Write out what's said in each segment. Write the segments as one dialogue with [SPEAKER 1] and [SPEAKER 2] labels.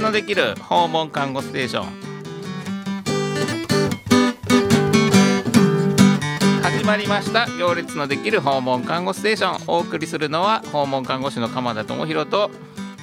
[SPEAKER 1] のできる訪問看護ステーション始まりました行列のできる訪問看護ステーションお送りするのは訪問看護師の鎌田智博と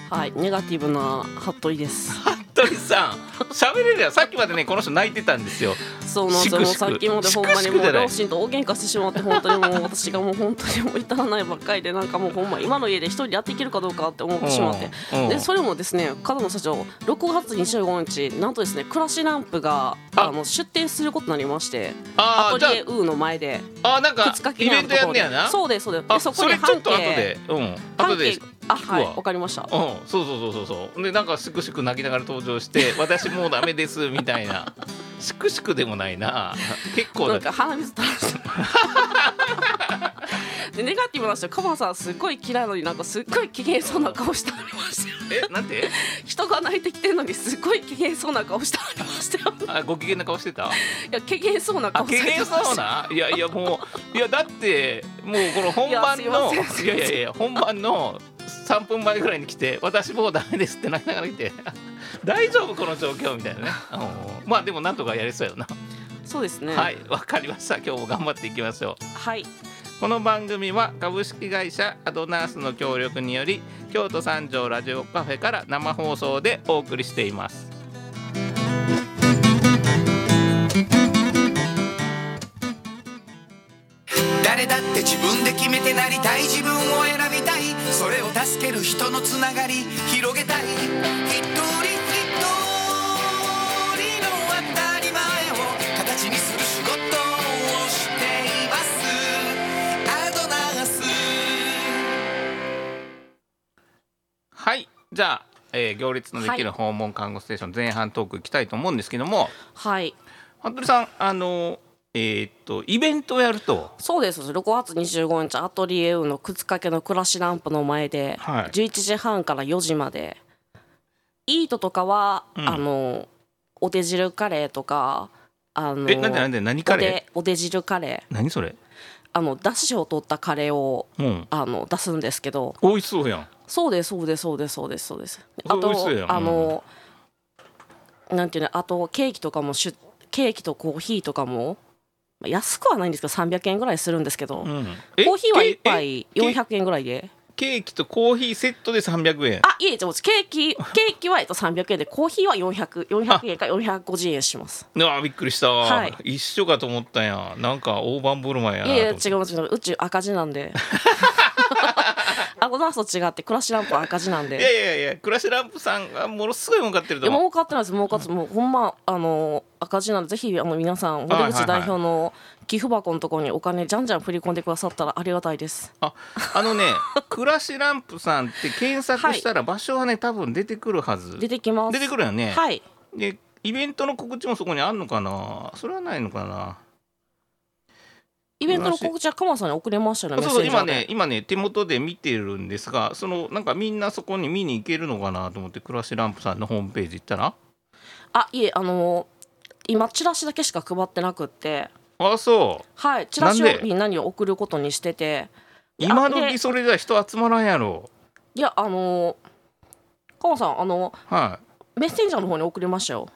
[SPEAKER 2] はい、ネガティブな服 部です。
[SPEAKER 1] 鳥さん喋れるよさっきまでねこの人泣いてたんですよ
[SPEAKER 2] そうなん
[SPEAKER 1] し
[SPEAKER 2] です
[SPEAKER 1] く
[SPEAKER 2] よ。もう
[SPEAKER 1] しく
[SPEAKER 2] さっきまでほんま
[SPEAKER 1] しく
[SPEAKER 2] に
[SPEAKER 1] しく
[SPEAKER 2] も
[SPEAKER 1] じゃ
[SPEAKER 2] う
[SPEAKER 1] ない
[SPEAKER 2] 両親と大喧嘩してしまって本当にもう私がもう本当にもう至らないばっかりでなんかもうほんま今の家で一人でやっていけるかどうかって思ってしまって。
[SPEAKER 1] うん
[SPEAKER 2] でそれもですね角野社長6月25日なんとですね暮らしランプが
[SPEAKER 1] あ
[SPEAKER 2] あの出店することになりましてア
[SPEAKER 1] あ
[SPEAKER 2] ト
[SPEAKER 1] ーじゃ
[SPEAKER 2] リエウーの前で
[SPEAKER 1] ああーなんか
[SPEAKER 2] 2日
[SPEAKER 1] イ
[SPEAKER 2] 記
[SPEAKER 1] ベ
[SPEAKER 2] 念
[SPEAKER 1] ント
[SPEAKER 2] のと
[SPEAKER 1] やん
[SPEAKER 2] こ
[SPEAKER 1] ね
[SPEAKER 2] ろで
[SPEAKER 1] やな
[SPEAKER 2] そうですそうです
[SPEAKER 1] あ
[SPEAKER 2] でそこに
[SPEAKER 1] れちょ
[SPEAKER 2] 半
[SPEAKER 1] っと後
[SPEAKER 2] 径
[SPEAKER 1] でうん後
[SPEAKER 2] 半
[SPEAKER 1] で
[SPEAKER 2] 径あは
[SPEAKER 1] 聞くわ
[SPEAKER 2] いわかりました
[SPEAKER 1] うん、そうそうそうそうそうでなんかしくしく泣きながら登場 して「私もうダメです」みたいなしくしくでもないな結構
[SPEAKER 2] な
[SPEAKER 1] だ
[SPEAKER 2] んか鼻水垂ら して。でネガティブな人、カバさんすっごい嫌いのになんかすっごい機嫌そうな顔してありました よ。
[SPEAKER 1] えなんて
[SPEAKER 2] 人が泣いてきてるのにすっごい機嫌そうな顔してありました よ。
[SPEAKER 1] あご機嫌な顔してた
[SPEAKER 2] いや機嫌そうな
[SPEAKER 1] あ
[SPEAKER 2] 顔
[SPEAKER 1] 機嫌そうないやいやもういやだってもうこの本番のい
[SPEAKER 2] いや
[SPEAKER 1] や
[SPEAKER 2] すいません
[SPEAKER 1] いやいや本番の3分前ぐらいに来て「私もうダメです」って泣きながら来 て「大丈夫この状況」みたいなねうんまあでもなんとかやりそうやな、
[SPEAKER 2] そうですね。
[SPEAKER 1] は
[SPEAKER 2] はい。
[SPEAKER 1] いわかりました今日も頑張っていきましょうこの番組は株式会社アドナースの協力により京都三条ラジオカフェから生放送でお送りしています
[SPEAKER 3] 誰だって自分で決めてなりたい自分を選びたいそれを助ける人のつながり広げたい一人一人の当たり前を形にする仕事をしていますアドナース
[SPEAKER 1] はいじゃあ、えー行列のできる訪問看護ステーション前半トークいきたいと思うんですけども
[SPEAKER 2] はい。
[SPEAKER 1] 服部さんあのえーっとイベントをやると
[SPEAKER 2] そうです。6月25日アトリエウーの靴掛けの暮らしランプの前で、
[SPEAKER 1] はい
[SPEAKER 2] 11時半から4時まで。イートとかは、
[SPEAKER 1] うん
[SPEAKER 2] あのお手汁カレーとかあの
[SPEAKER 1] えなんでなんで何カ
[SPEAKER 2] お
[SPEAKER 1] レ
[SPEAKER 2] 手お手汁カレー。
[SPEAKER 1] ー何それ
[SPEAKER 2] あの出汁を取ったカレーを
[SPEAKER 1] うん
[SPEAKER 2] あの出すんですけど
[SPEAKER 1] 美味しそうやん
[SPEAKER 2] そうですそうですそうですそうですそうですあ
[SPEAKER 1] 美味しそうやん
[SPEAKER 2] とあの、なんていうのあとケーキとかもしゅケーキとコーヒーとかもまあ安くはないんですけど300円ぐらいするんですけど、
[SPEAKER 1] うんえ
[SPEAKER 2] コーヒーは
[SPEAKER 1] け
[SPEAKER 2] 1杯
[SPEAKER 1] え
[SPEAKER 2] 400円ぐらいで
[SPEAKER 1] ケーキとコーヒーセットで300円
[SPEAKER 2] あいえ違う違うケーキケーキはえっと300円でコーヒーは400400円か450円します
[SPEAKER 1] うわびっくりした、
[SPEAKER 2] はい
[SPEAKER 1] 一緒かと思ったんやなんか大盤振る舞いや
[SPEAKER 2] い
[SPEAKER 1] な
[SPEAKER 2] やいや違
[SPEAKER 1] と思って
[SPEAKER 2] います違いますうち赤字な んでアゴダースと違って暮らしランプは赤字なんで
[SPEAKER 1] いやいやいや、暮らしランプさんがものすごい儲かってると
[SPEAKER 2] いや
[SPEAKER 1] 思う。
[SPEAKER 2] 儲かってないです儲かってもうほんまあの赤字なんでぜひあの皆さ
[SPEAKER 1] はい
[SPEAKER 2] ん
[SPEAKER 1] は
[SPEAKER 2] 堀
[SPEAKER 1] い
[SPEAKER 2] 口代表の寄付箱のところにお金じゃんじゃん振り込んでくださったらありがたいです
[SPEAKER 1] あ、あのね、 暮らしランプさんって検索したら場所はね、多分出てくるはず。
[SPEAKER 2] 出てきます
[SPEAKER 1] 出てくるよね。
[SPEAKER 2] はい
[SPEAKER 1] で、イベントの告知もそこにあんのかな。それはないのかな。
[SPEAKER 2] イベントの告知は鎌さんに送れましたよね
[SPEAKER 1] そう
[SPEAKER 2] メッ
[SPEAKER 1] そう
[SPEAKER 2] セージャ
[SPEAKER 1] 今
[SPEAKER 2] ーで
[SPEAKER 1] ね、今ね、手元で見てるんですが、そのなんかみんなそこに見に行けるのかなと思って、暮らしランプさんのホームページ行ったら。
[SPEAKER 2] あいえあの今チラシだけしか配ってなくって
[SPEAKER 1] あ、そう。
[SPEAKER 2] はいチラシを
[SPEAKER 1] なんで
[SPEAKER 2] に何を送ることにしてて
[SPEAKER 1] 今
[SPEAKER 2] あ
[SPEAKER 1] 時
[SPEAKER 2] で
[SPEAKER 1] それじゃ人集まらんやろ。
[SPEAKER 2] いやあの鎌さんあの
[SPEAKER 1] は
[SPEAKER 2] メッセンジャーの方に送りましたよ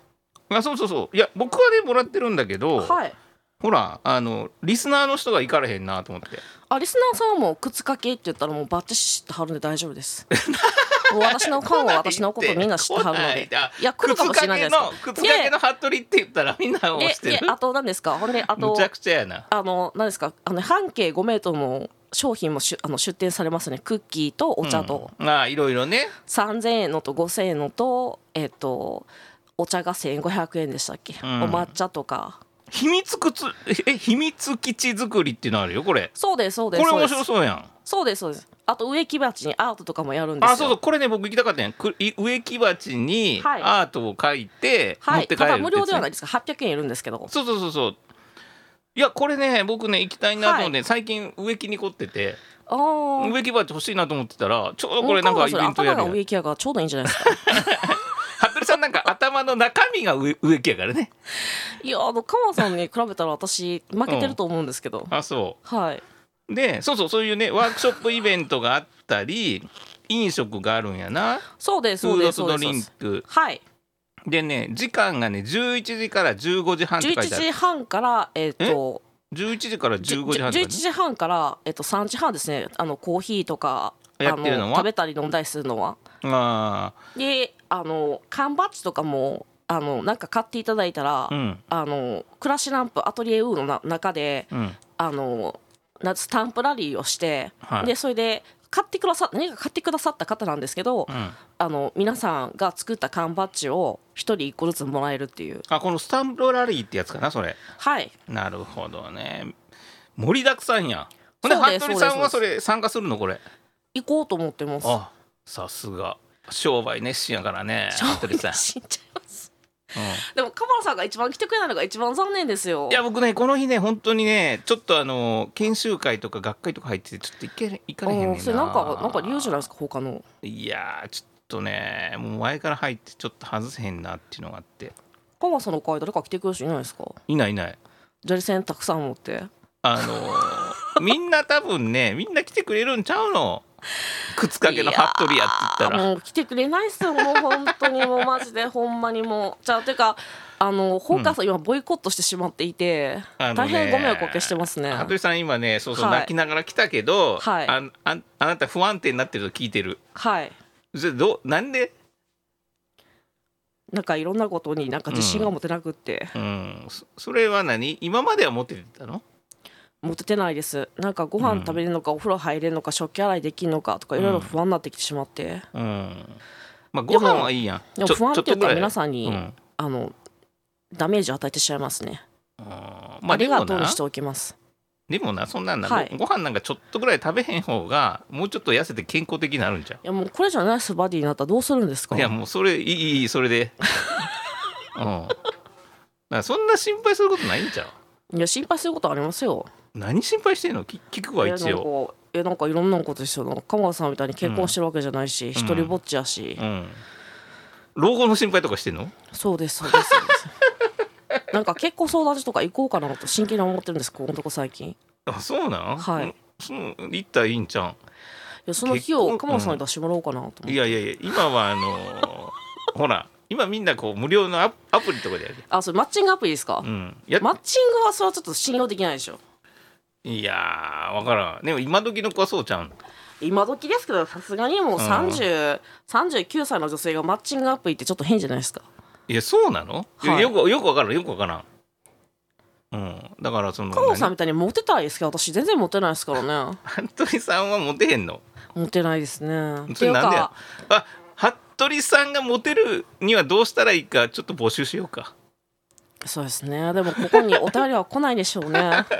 [SPEAKER 1] い。あ、そうそうそう。いや、僕はね、もらってるんだけど。
[SPEAKER 2] はい
[SPEAKER 1] ほらあのリスナーの人が行かれへんなと思って
[SPEAKER 2] あリスナーさんはもう靴掛けって言ったらもうバッチシ知ってはるんで大丈夫です。 もう私のファンは私のことみんな知ってはるので。いや来るかもしれないですから
[SPEAKER 1] 靴掛けの靴掛けの服部って言ったらみんなを
[SPEAKER 2] で
[SPEAKER 1] 押して
[SPEAKER 2] で
[SPEAKER 1] る
[SPEAKER 2] あと何ですかほんであ
[SPEAKER 1] む
[SPEAKER 2] と
[SPEAKER 1] ちゃくちゃやな
[SPEAKER 2] あの何ですかあの半径5メートルの商品もしゅあの出店されますねクッキーとお茶と、、
[SPEAKER 1] うんああいろいろね
[SPEAKER 2] 3,000円のと5,000円のとえっ、とお茶が1,500円でしたっけ、
[SPEAKER 1] ん
[SPEAKER 2] お抹茶とか
[SPEAKER 1] 秘密靴え秘密基地作りっていうのあるよこれ
[SPEAKER 2] そうですそう
[SPEAKER 1] こ
[SPEAKER 2] です
[SPEAKER 1] れ
[SPEAKER 2] そう
[SPEAKER 1] 面
[SPEAKER 2] で
[SPEAKER 1] 白
[SPEAKER 2] す
[SPEAKER 1] そうやん
[SPEAKER 2] そうですそうですあと植木鉢にアートとかもやるんですよ
[SPEAKER 1] あそうそうこれね僕行きたかったやんくい植木鉢に
[SPEAKER 2] はい
[SPEAKER 1] アートを描いて持
[SPEAKER 2] は
[SPEAKER 1] っ
[SPEAKER 2] い
[SPEAKER 1] て帰るってやつね、
[SPEAKER 2] ただ無料ではないですか800円いるんですけど
[SPEAKER 1] そうそうそうそういやこれね僕ね行きたいなと思って、最近植木に凝ってて
[SPEAKER 2] あー
[SPEAKER 1] 植木鉢欲しいなと思ってたらちょうどこれなんかイベントやる
[SPEAKER 2] 頭
[SPEAKER 1] や
[SPEAKER 2] が
[SPEAKER 1] ん
[SPEAKER 2] 植木屋がちょうどいいんじゃないですか
[SPEAKER 1] 服部さんなんか頭の中身が植植木やからね
[SPEAKER 2] いやあのカマさん に比べたら私負けてると思うんですけど、
[SPEAKER 1] あそ
[SPEAKER 2] はいう
[SPEAKER 1] でそうそうそういうねワークショップイベントがあったり 飲食があるんやな
[SPEAKER 2] そうです
[SPEAKER 1] フ
[SPEAKER 2] そう
[SPEAKER 1] ー
[SPEAKER 2] で
[SPEAKER 1] ド
[SPEAKER 2] す
[SPEAKER 1] と
[SPEAKER 2] そう
[SPEAKER 1] ド
[SPEAKER 2] です
[SPEAKER 1] リンク
[SPEAKER 2] はい
[SPEAKER 1] でね時間がね11時から15時半って書
[SPEAKER 2] 11
[SPEAKER 1] いてある
[SPEAKER 2] 時半からえっ、と
[SPEAKER 1] 11時から15
[SPEAKER 2] じゅ
[SPEAKER 1] 時半って書いてあ
[SPEAKER 2] じゅ
[SPEAKER 1] る
[SPEAKER 2] 11時半から、えっと3時半ですねあのコーヒーとか
[SPEAKER 1] やってるのは
[SPEAKER 2] あ食べたり飲んだりするのは
[SPEAKER 1] あ
[SPEAKER 2] であの缶バッジとかもあのなんか買っていただいたら、
[SPEAKER 1] あうん
[SPEAKER 2] あのクラシランプアトリエウーのな中で
[SPEAKER 1] うん
[SPEAKER 2] あのなスタンプラリーをして、
[SPEAKER 1] はい
[SPEAKER 2] でそれで買ってくださ何か買ってくださった方なんですけど、
[SPEAKER 1] うん
[SPEAKER 2] あの皆さんが作った缶バッジを1人1個ずつもらえるっていう
[SPEAKER 1] あこのスタンプラリーってやつかなそれ
[SPEAKER 2] はい
[SPEAKER 1] なるほどね盛りだくさんやほんで
[SPEAKER 2] そうです
[SPEAKER 1] 服部さんはそ
[SPEAKER 2] そう
[SPEAKER 1] れ参加するのこれ
[SPEAKER 2] 行こうと思ってます
[SPEAKER 1] あさすが商売熱心やからね
[SPEAKER 2] ちょっ
[SPEAKER 1] 服
[SPEAKER 2] と
[SPEAKER 1] 部さん、
[SPEAKER 2] 死んじゃいます
[SPEAKER 1] うん
[SPEAKER 2] でも鎌田さんが一番来てくれないのが一番残念ですよ
[SPEAKER 1] いや僕ねこの日ね本当にねちょっとあの研修会とか学会とか入っててちょっと行け行かれへんねん
[SPEAKER 2] うん
[SPEAKER 1] な
[SPEAKER 2] それなんかなんか理由じゃないですか他の
[SPEAKER 1] いやーちょっとねもう前から入ってちょっと外せへんなっていうのがあって
[SPEAKER 2] 鎌田さんの会誰か来てくれる人いないですか
[SPEAKER 1] いないいない
[SPEAKER 2] 砂利線たくさん持って
[SPEAKER 1] あ のーみんな多分ねみんな来てくれるんちゃうの靴掛けの服部やって言った
[SPEAKER 2] いや
[SPEAKER 1] ら
[SPEAKER 2] ーもう来てくれないっすよもう本当にもうマジでほんまにもうじゃあてかあの本川さん今ボイコットしてしまっていて、
[SPEAKER 1] あのね
[SPEAKER 2] 大変ご迷惑をおかけしてますね
[SPEAKER 1] 服部さん今ねそうそう
[SPEAKER 2] はい
[SPEAKER 1] 泣きながら来たけど、
[SPEAKER 2] はい
[SPEAKER 1] あんあんあなた不安定になってると聞いてる
[SPEAKER 2] はい
[SPEAKER 1] それどうなんで
[SPEAKER 2] なんかいろんなことになんか自信が持てなくって、
[SPEAKER 1] うんそそれは何今までは持ってたの
[SPEAKER 2] 持ててないですなんかご飯食べれるのか、お風呂入れるのか食器洗いできるのかとかいろいろ不安になってきてしまって、
[SPEAKER 1] うんまあご飯はいいやん
[SPEAKER 2] でも
[SPEAKER 1] ちょ
[SPEAKER 2] 不安っていう
[SPEAKER 1] ち
[SPEAKER 2] か
[SPEAKER 1] ょとぐらい
[SPEAKER 2] 皆さんに、
[SPEAKER 1] うん
[SPEAKER 2] あのダメージを与えてしまいますね、
[SPEAKER 1] あ
[SPEAKER 2] あ、
[SPEAKER 1] まあ、で
[SPEAKER 2] り
[SPEAKER 1] も
[SPEAKER 2] がとうに
[SPEAKER 1] な
[SPEAKER 2] しておきます
[SPEAKER 1] でもなそんなんな、
[SPEAKER 2] はい
[SPEAKER 1] ご飯なんかちょっとぐらい食べへん方がもうちょっと痩せて健康的になるんじゃ
[SPEAKER 2] いやもうこれじゃナイスバディになったらどうするんですか
[SPEAKER 1] んいやもうそれいいいいいいそれ でうんだからそんな心配することないんじゃん
[SPEAKER 2] いや心配することありますよ
[SPEAKER 1] 何心配してんのき聞くわ
[SPEAKER 2] え
[SPEAKER 1] 一応
[SPEAKER 2] なんかえなんかいろんなことですよなんか香川さんみたいに結婚してるわけじゃないし、一人ぼっちやし、
[SPEAKER 1] うん老後の心配とかしてんの
[SPEAKER 2] そうですそうですそうですなんか結婚相談所とか行こうかなと真剣に思ってるんですここのとこ最近い
[SPEAKER 1] あそうなん
[SPEAKER 2] はい
[SPEAKER 1] その行ったらいいんじゃ
[SPEAKER 2] やその費
[SPEAKER 1] 結
[SPEAKER 2] 用
[SPEAKER 1] 婚
[SPEAKER 2] 香川さんに出してもらおうかなと思って、
[SPEAKER 1] んいやいやいや今はあ のーほら今みんなこう無料のアプアプリとかでやる
[SPEAKER 2] あそれマッチングアプリですか、
[SPEAKER 1] うんやっ
[SPEAKER 2] マッチングはそれはちょっと信用できないでしょ
[SPEAKER 1] いやーわからんでも今時の子はそうちゃうん
[SPEAKER 2] 今時ですけどさすがにもう30、39歳の女性がマッチングアプリってちょっと変じゃないですか
[SPEAKER 1] いやそうなの、いや
[SPEAKER 2] はい
[SPEAKER 1] よくよくわからんよくわからんうんだからその
[SPEAKER 2] 香川さん
[SPEAKER 1] 何
[SPEAKER 2] みたいにモテたらいいですけど私全然モテないですから ね
[SPEAKER 1] 服部さんはモテへんの
[SPEAKER 2] モテないですね
[SPEAKER 1] それ
[SPEAKER 2] っていう
[SPEAKER 1] なんでや
[SPEAKER 2] か
[SPEAKER 1] あ服部さんがモテるにはどうしたらいいかちょっと募集しようか
[SPEAKER 2] そうですねでもここにお便りは来ないでしょうね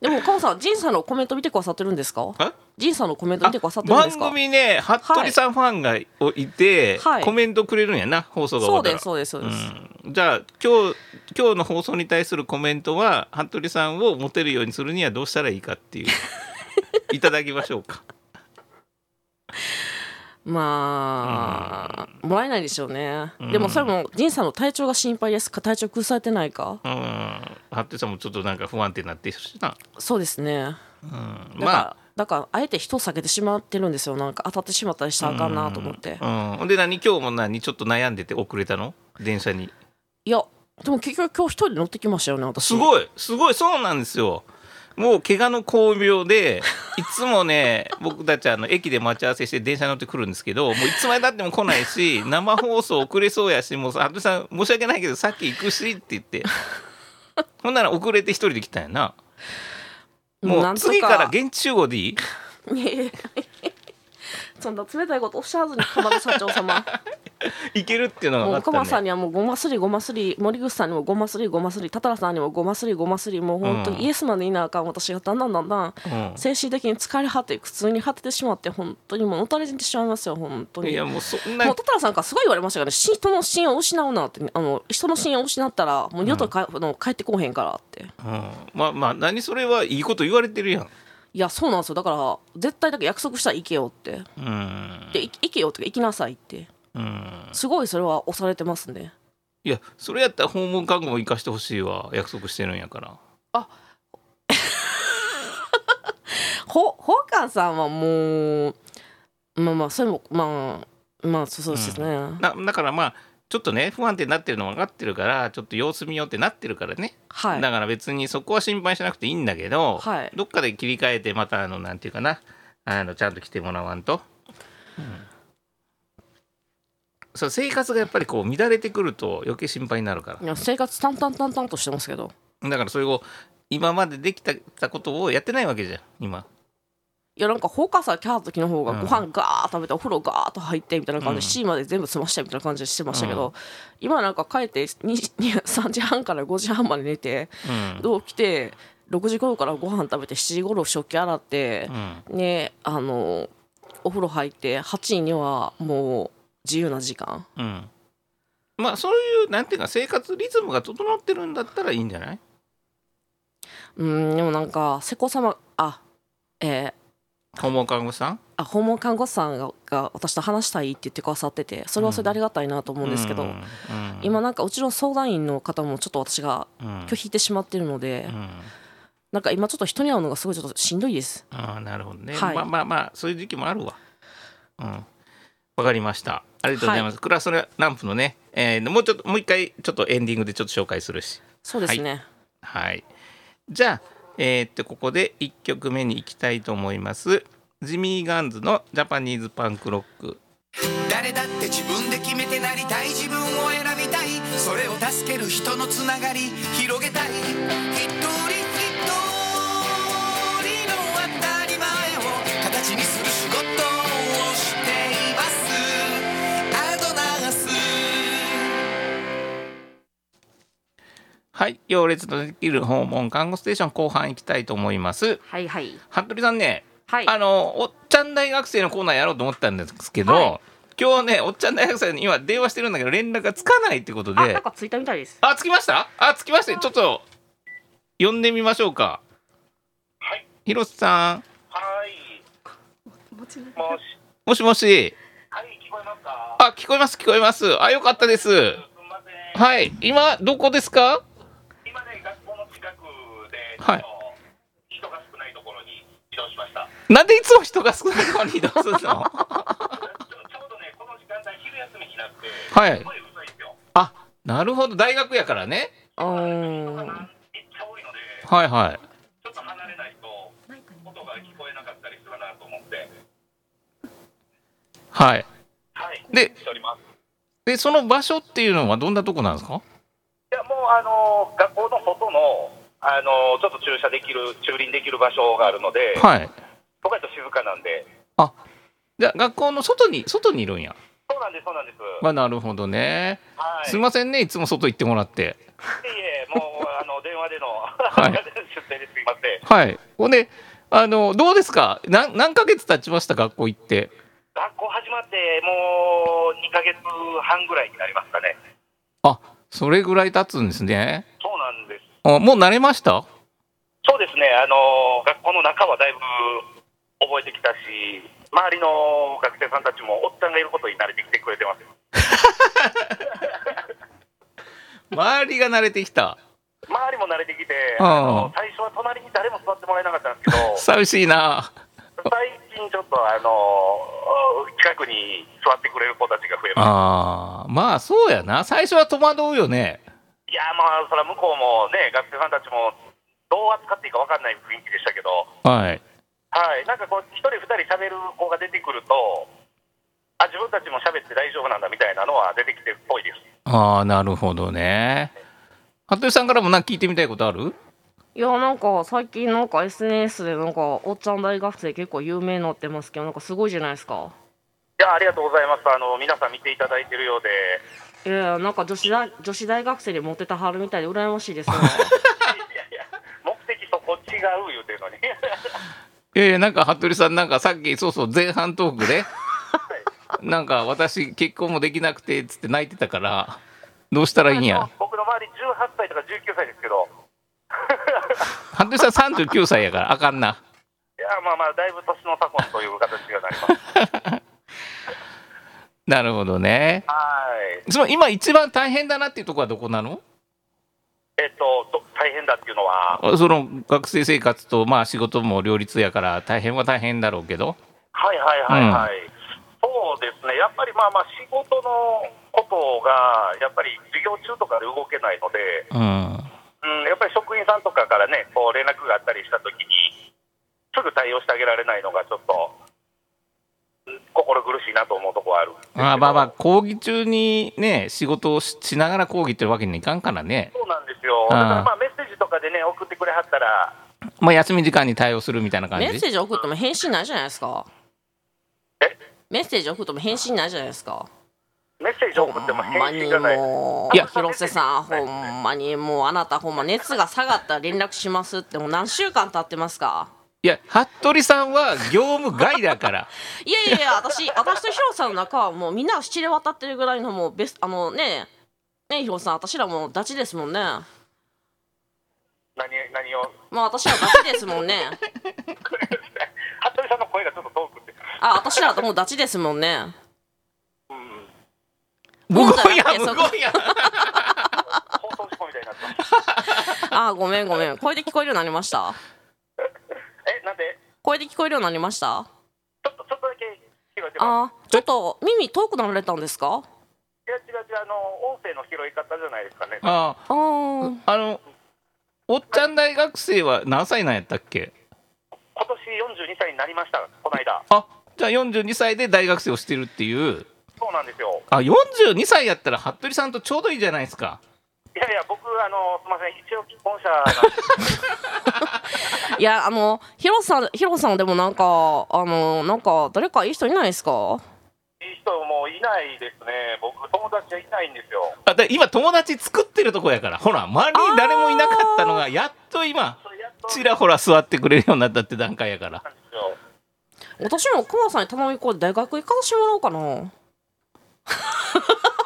[SPEAKER 2] でも香川さん仁さんのコメント見てくださってるんですか
[SPEAKER 1] あ
[SPEAKER 2] 仁さんのコメント見
[SPEAKER 1] あ
[SPEAKER 2] てくださってるんで
[SPEAKER 1] 番
[SPEAKER 2] すか
[SPEAKER 1] 組ね服部さんファンがおいて、
[SPEAKER 2] はい
[SPEAKER 1] コメントくれるんやな放送が終
[SPEAKER 2] そ
[SPEAKER 1] わっ
[SPEAKER 2] う
[SPEAKER 1] た
[SPEAKER 2] で
[SPEAKER 1] ら
[SPEAKER 2] すそうですそうです、
[SPEAKER 1] うんじゃあ今日今日の放送に対するコメントは服部さんをモテるようにするにはどうしたらいいか っていういただきましょうか
[SPEAKER 2] まあもらえないでしょうね、でもそれも仁さんの体調が心配ですか体調崩されてないか
[SPEAKER 1] うん服部さんもちょっとなんか不安定になってるしな、
[SPEAKER 2] そうですね
[SPEAKER 1] うん
[SPEAKER 2] だから、だからあえて人を避けてしまってるんですよなんか当たってしまったりしたらあかんなと思って、
[SPEAKER 1] うん、ほんで何今日も何ちょっと悩んでて遅れたの電車に
[SPEAKER 2] いやでも結局今日一人で乗ってきましたよね私
[SPEAKER 1] すごいすごいそうなんですよもう怪我の巧妙でいつもね 僕たちあの駅で待ち合わせして電車乗ってくるんですけどもういつまでたっても来ないし生放送遅れそうやしもうさ服部さん申し訳ないけどさっき行くしって言ってほんなら遅れて一人で来たんやなも
[SPEAKER 2] な
[SPEAKER 1] うん
[SPEAKER 2] とか
[SPEAKER 1] 次から現地集合でいい
[SPEAKER 2] そんな冷たいことおっしゃらずに鎌田社長 様
[SPEAKER 1] 行けるっていうのが
[SPEAKER 2] もう
[SPEAKER 1] 分か
[SPEAKER 2] 鎌
[SPEAKER 1] っ
[SPEAKER 2] 田さ
[SPEAKER 1] た
[SPEAKER 2] ん
[SPEAKER 1] ね
[SPEAKER 2] にはもうごますりごますり森口さんにもごますりごますりたたらさんにもごますりごますりもう本当
[SPEAKER 1] うん
[SPEAKER 2] イエスマンでいなあかん私がだんだんだんだん
[SPEAKER 1] うん
[SPEAKER 2] 精神的に疲れ果て苦痛に果ててしまって本当にもうのたれてしまいますよ本当
[SPEAKER 1] い
[SPEAKER 2] に
[SPEAKER 1] や
[SPEAKER 2] も
[SPEAKER 1] もうそんな
[SPEAKER 2] うたたらさんからすごい言われましたからねし人の信用を失うなってあの人の信用を失ったらもう二度とか、あの帰ってこうへんからって
[SPEAKER 1] うん、まあまあ何それはいいこと言われてるやん。
[SPEAKER 2] いやそうなんですよだから絶対だけ約束したら行けよって
[SPEAKER 1] うん
[SPEAKER 2] でい行けよっていうか行きなさいって
[SPEAKER 1] うん、
[SPEAKER 2] すごいそれは押されてますね
[SPEAKER 1] いやそれやったら訪問看護も生かしてほしいわ約束してるんやから
[SPEAKER 2] ほほうかんさんはもううまあまあそれもまあまあそうそうですね、
[SPEAKER 1] なだからまあちょっとね不安定になってるの分かってるからちょっと様子見ようってなってるからね、
[SPEAKER 2] はい
[SPEAKER 1] だから別にそこは心配しなくていいんだけど、
[SPEAKER 2] はい
[SPEAKER 1] どっかで切り替えてまたあのなんていうかなあのちゃんと来てもらわんと、そう生活がやっぱりこう乱れてくると余計心配になるから
[SPEAKER 2] いや生活淡々淡々としてますけど
[SPEAKER 1] だからそれを今までできたたことをやってないわけじゃん今
[SPEAKER 2] いやなんか放火さキャー時の方が
[SPEAKER 1] うん
[SPEAKER 2] ご飯ガーッ食べてお風呂ガーッと入ってみたいな感じ
[SPEAKER 1] う
[SPEAKER 2] で
[SPEAKER 1] ん
[SPEAKER 2] C まで全部済ましたみたいな感じでしてましたけ
[SPEAKER 1] う
[SPEAKER 2] ど今なんか帰って2 3時半から5時半まで寝て
[SPEAKER 1] うん
[SPEAKER 2] どう来て6時頃からご飯食べて7時頃食器洗って
[SPEAKER 1] うん
[SPEAKER 2] ねあのお風呂入って8時にはもう自由な時間
[SPEAKER 1] うんまあそういうなんていうか生活リズムが整ってるんだったらいいんじゃない
[SPEAKER 2] うんでもなんか瀬古様あえー
[SPEAKER 1] 訪問看護師さん
[SPEAKER 2] あ訪問看護師さんがが私と話したいって言ってくださっててそれはそれでありがたいなと思うんですけど、
[SPEAKER 1] うんうん
[SPEAKER 2] 今なんかうちの相談員の方もちょっと私が
[SPEAKER 1] うん
[SPEAKER 2] 拒否してしまってるので、
[SPEAKER 1] うん
[SPEAKER 2] なんか今ちょっと人に会うのがすごいちょっとしんどいです
[SPEAKER 1] ああなるほどね、
[SPEAKER 2] はい
[SPEAKER 1] まあまあまあそういう時期もあるわうんわかりましたありがとうございます、クラスランプのね、えーもうちょっともう一回ちょっとエンディングでちょっと紹介するし
[SPEAKER 2] そうですね
[SPEAKER 1] はいじゃあえーっとここで1曲目に行きたいと思いますジミー・ガンズのジャパニーズパンクロック
[SPEAKER 3] 誰だって自分で決めてなりたい自分を選びたいそれを助ける人のつながり広げたい一人一人の当たり前を形にする仕事をしていますアドナース
[SPEAKER 1] はい行列のできる訪問看護ステーション後半行きたいと思います
[SPEAKER 2] はいはい
[SPEAKER 1] 服部さんね
[SPEAKER 2] はい
[SPEAKER 1] あのおっちゃん大学生のコーナーやろうと思ったんですけど、
[SPEAKER 2] は
[SPEAKER 1] 今日ねおっちゃん大学生に今電話してるんだけど連絡がつかないってことで
[SPEAKER 2] かついたみたいです
[SPEAKER 1] あつきましたあつきましたちょっと呼んでみましょうか
[SPEAKER 4] はい
[SPEAKER 1] 広瀬さん
[SPEAKER 4] はい。もし。
[SPEAKER 1] もしもし
[SPEAKER 4] はい、聞こえますか。
[SPEAKER 1] あ聞こえます聞こえますあよかったです
[SPEAKER 4] すみません。
[SPEAKER 1] はい今どこですか
[SPEAKER 4] 今ね、学校の近くで、ちょ
[SPEAKER 1] は
[SPEAKER 4] っ
[SPEAKER 1] い
[SPEAKER 4] と人が少ないところに移動しました。
[SPEAKER 1] なんでいつも人が少ないのに移動する の
[SPEAKER 4] ちょちょうどね、この時間帯昼休みになって、
[SPEAKER 1] はい
[SPEAKER 4] すごい遅いんですよ。
[SPEAKER 1] あなるほど大学やからね
[SPEAKER 2] うーん
[SPEAKER 4] めっちゃ多いので、
[SPEAKER 1] はいはい
[SPEAKER 4] ちょっと離れないと音が聞こえなかったりするかなと思って。
[SPEAKER 1] はい
[SPEAKER 4] はい。
[SPEAKER 1] で
[SPEAKER 4] しております。い
[SPEAKER 1] でその場所っていうのはどんなとこなんですか
[SPEAKER 4] や、もうあの学校の外の。あのちょっと駐車できる、駐輪できる場所があるので、
[SPEAKER 1] はい
[SPEAKER 4] 僕はちょっと静かなんで、
[SPEAKER 1] あじゃあ学校の外に外にいるんや。
[SPEAKER 4] そうなんです、そうなんです。
[SPEAKER 1] まあなるほどね。
[SPEAKER 4] はい、
[SPEAKER 1] すいませんねいつも外行ってもらって。
[SPEAKER 4] いえいえ、もうあの電話での、
[SPEAKER 1] い
[SPEAKER 4] 出店ですいません。
[SPEAKER 1] はい。ほんであのどうですかなん何ヶ月経ちました学校行って。
[SPEAKER 4] 学校始まってもう2ヶ月半ぐらいになりますかね。
[SPEAKER 1] あそれぐらい経つんですね。
[SPEAKER 4] そうなんです。
[SPEAKER 1] あもう慣れました
[SPEAKER 4] そうですね。あの学校の中はだいぶ覚えてきたし、周りの学生さんたちもおっちゃんがいることに慣れてきてくれてます。
[SPEAKER 1] 周りが慣れてきた。
[SPEAKER 4] 周りも慣れてきて、
[SPEAKER 1] ああ、
[SPEAKER 4] あの最初は隣に誰も座ってもらえなかったんですけど
[SPEAKER 1] 寂しいな。
[SPEAKER 4] 最近ちょっとあの近くに座ってくれる子たちが増えました。
[SPEAKER 1] ああまあそうやな最初は戸惑うよね。
[SPEAKER 4] いやまあ、それは向こうもね、学生さんたちもどう扱っていいか分かんない雰囲気でしたけど、
[SPEAKER 1] はい。
[SPEAKER 4] はい、なんかこう、一人、二人喋る子が出てくると、あ自分たちも喋って大丈夫なんだみたいなのは出てきてるっぽいです。
[SPEAKER 1] ああなるほどね。服部さんからもなんか聞いてみたいことある？
[SPEAKER 2] いやなんか最近なんか SNS でなんかおっちゃん大学生結構有名になってますけどなんかすごいじゃないですか
[SPEAKER 4] いや、ありがとうございます。あの皆さん見ていただいてるようで、
[SPEAKER 2] いやいやなんか女子大女子大学生にモテたはるみたいで羨ましいですね
[SPEAKER 4] いやいや、目的とこっちがう言うてるのに。
[SPEAKER 1] いやいやなんか服部さんなんかさっきそうそう前半トークでなんか私結婚もできなくてっつって泣いてたからどうしたらいいんや
[SPEAKER 4] 僕の周り18歳とか19歳ですけど、
[SPEAKER 1] 服部さん39歳やからあかんない
[SPEAKER 4] や、まあまあ、だいぶ年の差婚という形にはなります。
[SPEAKER 1] なるほどね
[SPEAKER 4] はい。
[SPEAKER 1] その今一番大変だなっていうところはどこなの
[SPEAKER 4] えっと、ど大変だっていうのは、
[SPEAKER 1] あその学生生活とまあ仕事も両立やから大変は大変だろうけど
[SPEAKER 4] はいはいはいはい。やっぱりまあまあ仕事のことがやっぱり授業中とかで動けないので、
[SPEAKER 1] うん
[SPEAKER 4] うん、やっぱり職員さんとかからねこう連絡があったりしたときにすぐ対応してあげられないのがちょっとうん心苦しいなと思うところはあるんですけど
[SPEAKER 1] まあまあまあ講義中にね仕事をししながら講義ってわけにはいかんからね
[SPEAKER 4] そうなんですよ
[SPEAKER 1] うん
[SPEAKER 4] だからまあメッセージとかでね送ってくれはったら
[SPEAKER 1] まあ休み時間に対応するみたいな感
[SPEAKER 2] メッ
[SPEAKER 1] じ
[SPEAKER 2] セージ送っても返信ないじゃないですか
[SPEAKER 4] え
[SPEAKER 2] メッセージ送っても返信ないじゃないですか
[SPEAKER 4] メッセージ送っても返信がない
[SPEAKER 2] も
[SPEAKER 1] いうや
[SPEAKER 2] 広瀬さんほんまにもうあなたほんま熱が下がったら連絡しますってもう何週間経ってますか
[SPEAKER 1] いや服部さんは業務外だから
[SPEAKER 2] いやいやいや私私と広瀬さんの中はもうみんなが知れ渡ってるぐらいのもうベスあのねね広瀬さん私らもうダチですもんね
[SPEAKER 4] 何何を
[SPEAKER 2] まあ私らダチですもんね
[SPEAKER 4] 服部さんの声がちょっと遠くて
[SPEAKER 2] あ私らともうダチですもんね
[SPEAKER 4] うん
[SPEAKER 1] 無言や
[SPEAKER 2] そうだね
[SPEAKER 1] 無
[SPEAKER 2] そう
[SPEAKER 1] 言 や
[SPEAKER 4] 放送事故みたいになった
[SPEAKER 2] あごめんごめん声で聞こえるようになりました
[SPEAKER 4] えなんで
[SPEAKER 2] 声で聞こえるようになりました
[SPEAKER 4] ちょっとちょっとだけ拾えてま
[SPEAKER 2] あ
[SPEAKER 4] す
[SPEAKER 2] ちょっと耳遠くなられたんですか
[SPEAKER 4] いや違う違うあの音声の拾い方じゃないですかね
[SPEAKER 1] あ
[SPEAKER 2] あー
[SPEAKER 1] あのおっちゃん大学生は何歳なんやったっけ
[SPEAKER 4] 今年42歳になりましたこの間
[SPEAKER 1] あじゃあ42歳で大学生をしてるっていう
[SPEAKER 4] そうなんですよ
[SPEAKER 1] あ42歳やったら服部さんとちょうどいいじゃないですか
[SPEAKER 4] いやいや僕あのすみません一応既婚者なん
[SPEAKER 2] い
[SPEAKER 4] で
[SPEAKER 2] やあの広瀬さん広瀬さんでもなんかあのなんか誰かいい人いないですか
[SPEAKER 4] いい人もういないですね僕友達はいないんですよ
[SPEAKER 1] あだ今友達作ってるとこやからほら周りに誰もいなかったのがやっと今
[SPEAKER 4] それやっと
[SPEAKER 1] ちらほら座ってくれるようになったって段階やから
[SPEAKER 4] なんですよ
[SPEAKER 2] 私も熊さんに頼み込んで大学行かしてもらおうかな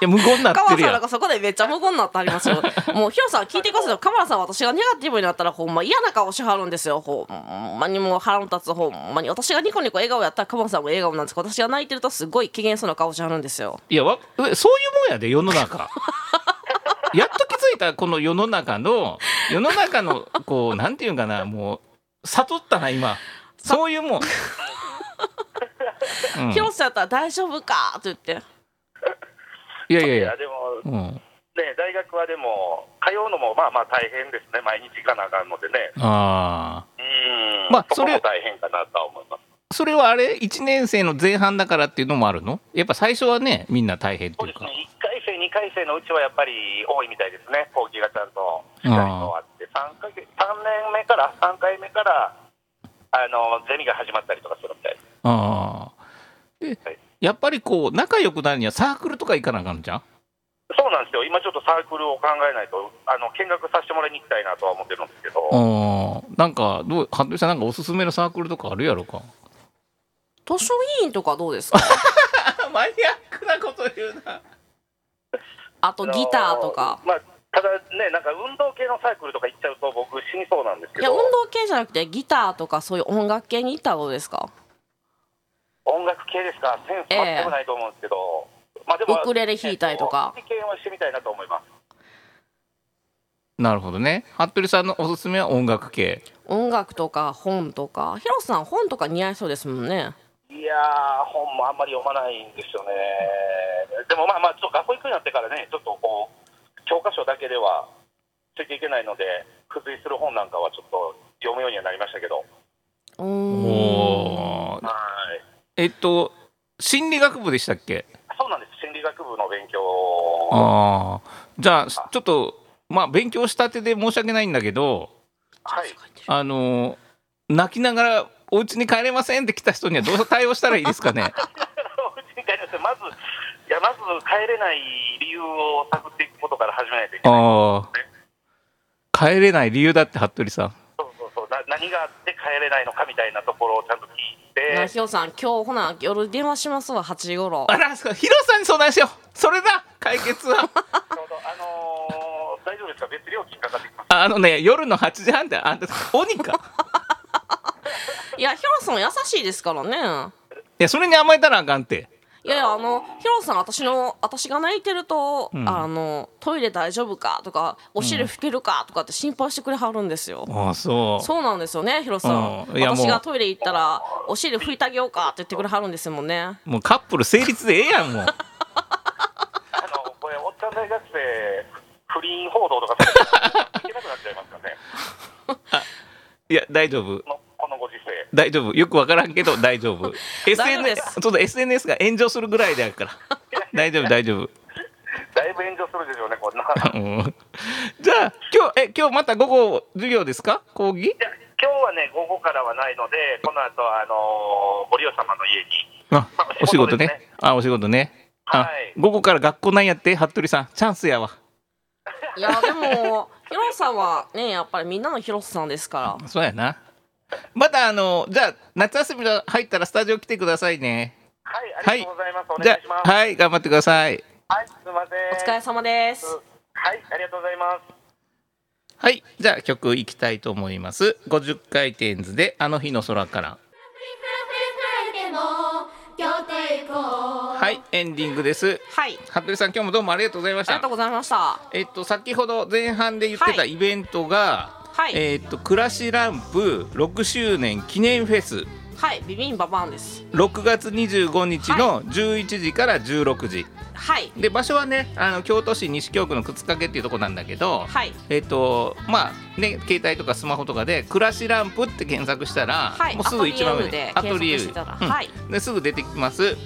[SPEAKER 2] い
[SPEAKER 1] や無言になって
[SPEAKER 2] 川
[SPEAKER 1] る
[SPEAKER 2] さん
[SPEAKER 1] や
[SPEAKER 2] なん
[SPEAKER 1] ん
[SPEAKER 2] かそこでめっちゃ無言になってあり ますよもうヒロさん聞いてくださいよ川原さん私がネガティブになったらほんま嫌な顔しはるんですよほんまにもう腹の立つほんまに私がニコニコ笑顔やったら川さんも笑顔なんですけど私が泣いてるとすごい機嫌そうな顔しはるんですよ
[SPEAKER 1] いやわそういうもんやで世の 中やっと気づいたこの世の中の世の中のこうなんていうんかなもう悟ったな今そういう もん、うん
[SPEAKER 2] ヒロさんやったら大丈夫かって言って
[SPEAKER 1] いやいやい
[SPEAKER 4] い
[SPEAKER 1] や
[SPEAKER 4] や、でも
[SPEAKER 1] うん、
[SPEAKER 4] ね大学はでも通うのもまあまあ大変ですね毎日行かなあかんのでね
[SPEAKER 1] あ
[SPEAKER 4] うん
[SPEAKER 1] まあ
[SPEAKER 4] そこ
[SPEAKER 1] それ
[SPEAKER 4] も大変かなとは思います
[SPEAKER 1] ーそれはあれ1年生の前半だからっていうのもあるのやっぱ最初はねみんな大変って
[SPEAKER 4] そう
[SPEAKER 1] い
[SPEAKER 4] で
[SPEAKER 1] う
[SPEAKER 4] す
[SPEAKER 1] か
[SPEAKER 4] ね1回生2回生のうちはやっぱり多いみたいですね講義がちゃんとしっかりとあって3か月3年目から3回目からあのゼミが始まったりとかするみたいです
[SPEAKER 1] ああで
[SPEAKER 4] はい
[SPEAKER 1] やっぱりこう仲良くなるにはサークルとか行かなあかんじゃん
[SPEAKER 4] そうなんですよ今ちょっとサークルを考えないとあの見学させてもらいに行きたいなとは思ってるんですけど
[SPEAKER 1] あーなんかどう服部さんなんかおすすめのサークルとかあるやろか
[SPEAKER 2] 図書委員とかどうですか
[SPEAKER 1] マニアックなこと言うな
[SPEAKER 2] あとギターとか
[SPEAKER 4] あのまあただねなんか運動系のサークルとか行っちゃうと僕死にそうなんですけ
[SPEAKER 2] いや
[SPEAKER 4] ど
[SPEAKER 2] 運動系じゃなくてギターとかそういう音楽系に行ったらどうですか
[SPEAKER 4] 音楽系ですかセンス全くないと思うんですけど、まあでも
[SPEAKER 2] ウクレレ弾いたりとか
[SPEAKER 4] えっと、経験はしてみたいなと思います
[SPEAKER 1] なるほどね服部さんのおすすめは音楽系
[SPEAKER 2] 音楽とか本とか広瀬さん本とか似合いそうですもんね
[SPEAKER 4] いやー、本もあんまり読まないんですよね。でもまあまあ、ちょっと学校行くようになってからね、ちょっとこう、教科書だけではついていけないので、付随する本なんかはちょっと読むようにはなりましたけど、
[SPEAKER 2] お
[SPEAKER 1] おー
[SPEAKER 4] はい
[SPEAKER 1] えっと心理学部でしたっけ
[SPEAKER 4] そうなんです、心理学部の勉強は
[SPEAKER 1] ああじゃあちょっとまあ勉強したてで申し訳ないんだけど
[SPEAKER 4] い、
[SPEAKER 1] あの泣きながらお家に帰れませんって来た人にはどう対応したらいいですかね
[SPEAKER 4] お家に帰りましてまず、いや、まず帰れない理由を探っていくことから始めないといけない。
[SPEAKER 1] ああ帰れない理由だって服部さん
[SPEAKER 4] そうそうそうな何があって帰れないのかみたいなところをちゃんと聞いて
[SPEAKER 2] な、ひよさん今日ほな夜電話しますわ8 時頃
[SPEAKER 1] あらそうヒロさんに相談しようそれだ解決は
[SPEAKER 4] ちょうどあのー大丈夫ですか、別料金かかってきます
[SPEAKER 1] あのね夜の8時半ってあんた鬼か
[SPEAKER 2] いやひろさん優しいですからね
[SPEAKER 1] いやそれに甘えたらあかんって
[SPEAKER 2] いやいやあのひろさん私の私が泣いてると、
[SPEAKER 1] ん
[SPEAKER 2] あのトイレ大丈夫かとかお汁拭けるかとかって心配してくれはるんですよ、
[SPEAKER 1] ああそう
[SPEAKER 2] そうなんですよね、ヒロさん。
[SPEAKER 1] うんいやもう
[SPEAKER 2] 私がトイレ行ったら、お尻拭いてあげようかって言ってくれはるんですもんね
[SPEAKER 1] もうカップル成立でええやんも う
[SPEAKER 4] あのこれ、おっちゃん大学生、不倫報道とかされて、いけなくなっちゃいますからね、
[SPEAKER 1] いや大丈夫
[SPEAKER 4] このこのご時世。
[SPEAKER 1] 大丈夫よくわからんけど大 丈夫
[SPEAKER 2] 丈夫です
[SPEAKER 1] SNS ちょっと SNS が炎上するぐらいであるから大丈夫大丈夫
[SPEAKER 4] だいぶ炎上するでしょうね、こんな。
[SPEAKER 1] うんじゃあ今日え今日また午後授業ですか講義
[SPEAKER 4] いや今日はね、午後からはないので、この後あのーご利用様の家に、
[SPEAKER 1] あ
[SPEAKER 4] まあ
[SPEAKER 1] お仕事
[SPEAKER 4] そうで
[SPEAKER 1] ね
[SPEAKER 4] すね
[SPEAKER 1] あお仕事ねあ、
[SPEAKER 4] はい
[SPEAKER 1] 午後から学校なんやって服部さんチャンスやわ
[SPEAKER 2] いやでも広瀬さんはねやっぱりみんなの広瀬さんですから
[SPEAKER 1] そうやなまたあのじゃあ夏休みが入ったらスタジオ来てくださいね
[SPEAKER 4] はい、あ
[SPEAKER 1] はい
[SPEAKER 4] りがとうございます、お
[SPEAKER 1] じ
[SPEAKER 4] 願
[SPEAKER 1] ゃ
[SPEAKER 4] いします。
[SPEAKER 1] あはい頑張ってください
[SPEAKER 4] はい、すみません。
[SPEAKER 2] お疲れ様です
[SPEAKER 4] はい、ありがとうございます。
[SPEAKER 1] はいじゃあ曲いきたいと思います50回転図で「あの日の空から」
[SPEAKER 5] でも今日で行こう
[SPEAKER 1] はいエンディングです
[SPEAKER 2] はい
[SPEAKER 1] 服部さん今日もどうもありがとうございまし
[SPEAKER 2] ありが
[SPEAKER 1] た
[SPEAKER 2] とうございました
[SPEAKER 1] えっと先ほど前半で言ってた
[SPEAKER 2] はい
[SPEAKER 1] イベントが、
[SPEAKER 2] はい
[SPEAKER 1] えっと暮らしランプ6周年記念フェス
[SPEAKER 2] はいビビンババンです
[SPEAKER 1] 6月25日の11時から16時、
[SPEAKER 2] はい
[SPEAKER 1] で場所はねあの京都市西京区の靴掛っていうとこなんだけど、
[SPEAKER 2] はい
[SPEAKER 1] えっ、とまあね携帯とかスマホとかで「暮らしランプ」って検索したら、
[SPEAKER 2] はい
[SPEAKER 1] もうすぐ一番上に
[SPEAKER 2] アトリエ U で検索してたら
[SPEAKER 1] うん
[SPEAKER 2] はい
[SPEAKER 1] ですぐ出てきます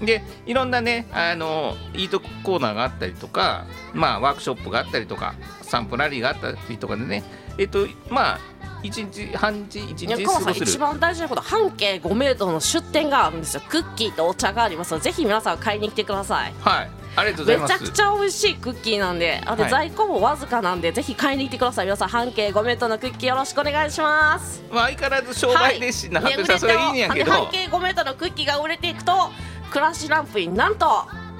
[SPEAKER 1] でいろんなねあのいいとこコーナーがあったりとか、まあ、ワークショップがあったりとか散歩ラリーがあったりとかでねえっ、とまあ1日半日1
[SPEAKER 2] いや
[SPEAKER 1] 日
[SPEAKER 2] 川
[SPEAKER 1] 過ご
[SPEAKER 2] さん
[SPEAKER 1] せ
[SPEAKER 2] 一
[SPEAKER 1] る
[SPEAKER 2] 番大事なこと半径5メートルの出店があるんですよクッキーとお茶がありますのでぜひ皆さん買いに来てください
[SPEAKER 1] はいありがとうござ
[SPEAKER 2] め
[SPEAKER 1] いま
[SPEAKER 2] ちゃく
[SPEAKER 1] す
[SPEAKER 2] ちゃ美味しいクッキーなんであと
[SPEAKER 1] はい
[SPEAKER 2] 在庫もわずかなんで、ぜひ買いに来てください皆さん半径5メートルのクッキーよろしくお願いします
[SPEAKER 1] まあ、相変わらず商売ですしな、
[SPEAKER 2] はい
[SPEAKER 1] 服部さんそれいいんやけど
[SPEAKER 2] ね売れても半径5メートルのクッキーが売れていくとクラッシュランプになんと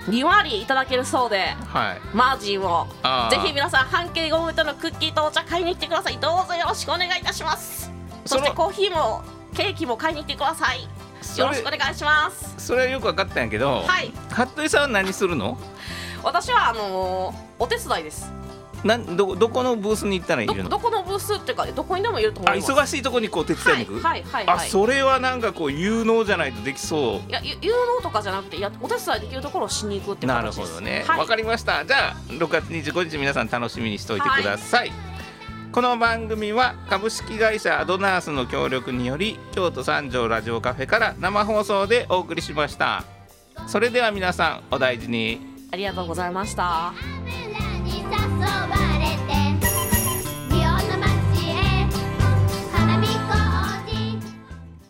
[SPEAKER 2] 2割いただけるそうで
[SPEAKER 1] はい
[SPEAKER 2] マージンを
[SPEAKER 1] あー
[SPEAKER 2] ぜひ皆さん半径5メートルのクッキーとお茶買いに来てくださいどうぞよろしくお願いいたします
[SPEAKER 1] そ
[SPEAKER 2] そ
[SPEAKER 1] の
[SPEAKER 2] してコーヒーもケーキも買いに来てくださいよろしくお願いします
[SPEAKER 1] それはよく分かったんやけど、
[SPEAKER 2] はい
[SPEAKER 1] 服部さんは何するの
[SPEAKER 2] 私はあのーお手伝いです
[SPEAKER 1] なんどどこのブースに行ったらい
[SPEAKER 2] ど
[SPEAKER 1] るの
[SPEAKER 2] どこのブースっていうかどこにでもいると思
[SPEAKER 1] あ
[SPEAKER 2] います
[SPEAKER 1] 忙しいとこにこう手伝いに行く、
[SPEAKER 2] はいはいはい、は
[SPEAKER 1] あ
[SPEAKER 2] い
[SPEAKER 1] それはなんかこう有能じゃないとできそ
[SPEAKER 2] いやゆ有能とかじゃなくていやお手伝いできるところをしに行くっ
[SPEAKER 1] う
[SPEAKER 2] ていう
[SPEAKER 1] なる
[SPEAKER 2] 形です
[SPEAKER 1] ほどねわ、
[SPEAKER 2] はい、
[SPEAKER 1] かりましたじゃあ6月25日皆さん楽しみにしておいてください、この番組は株式会社アドナースの協力により京都三条ラジオカフェから生放送でお送りしましたそれでは皆さんお大事に
[SPEAKER 2] ありがとうございました。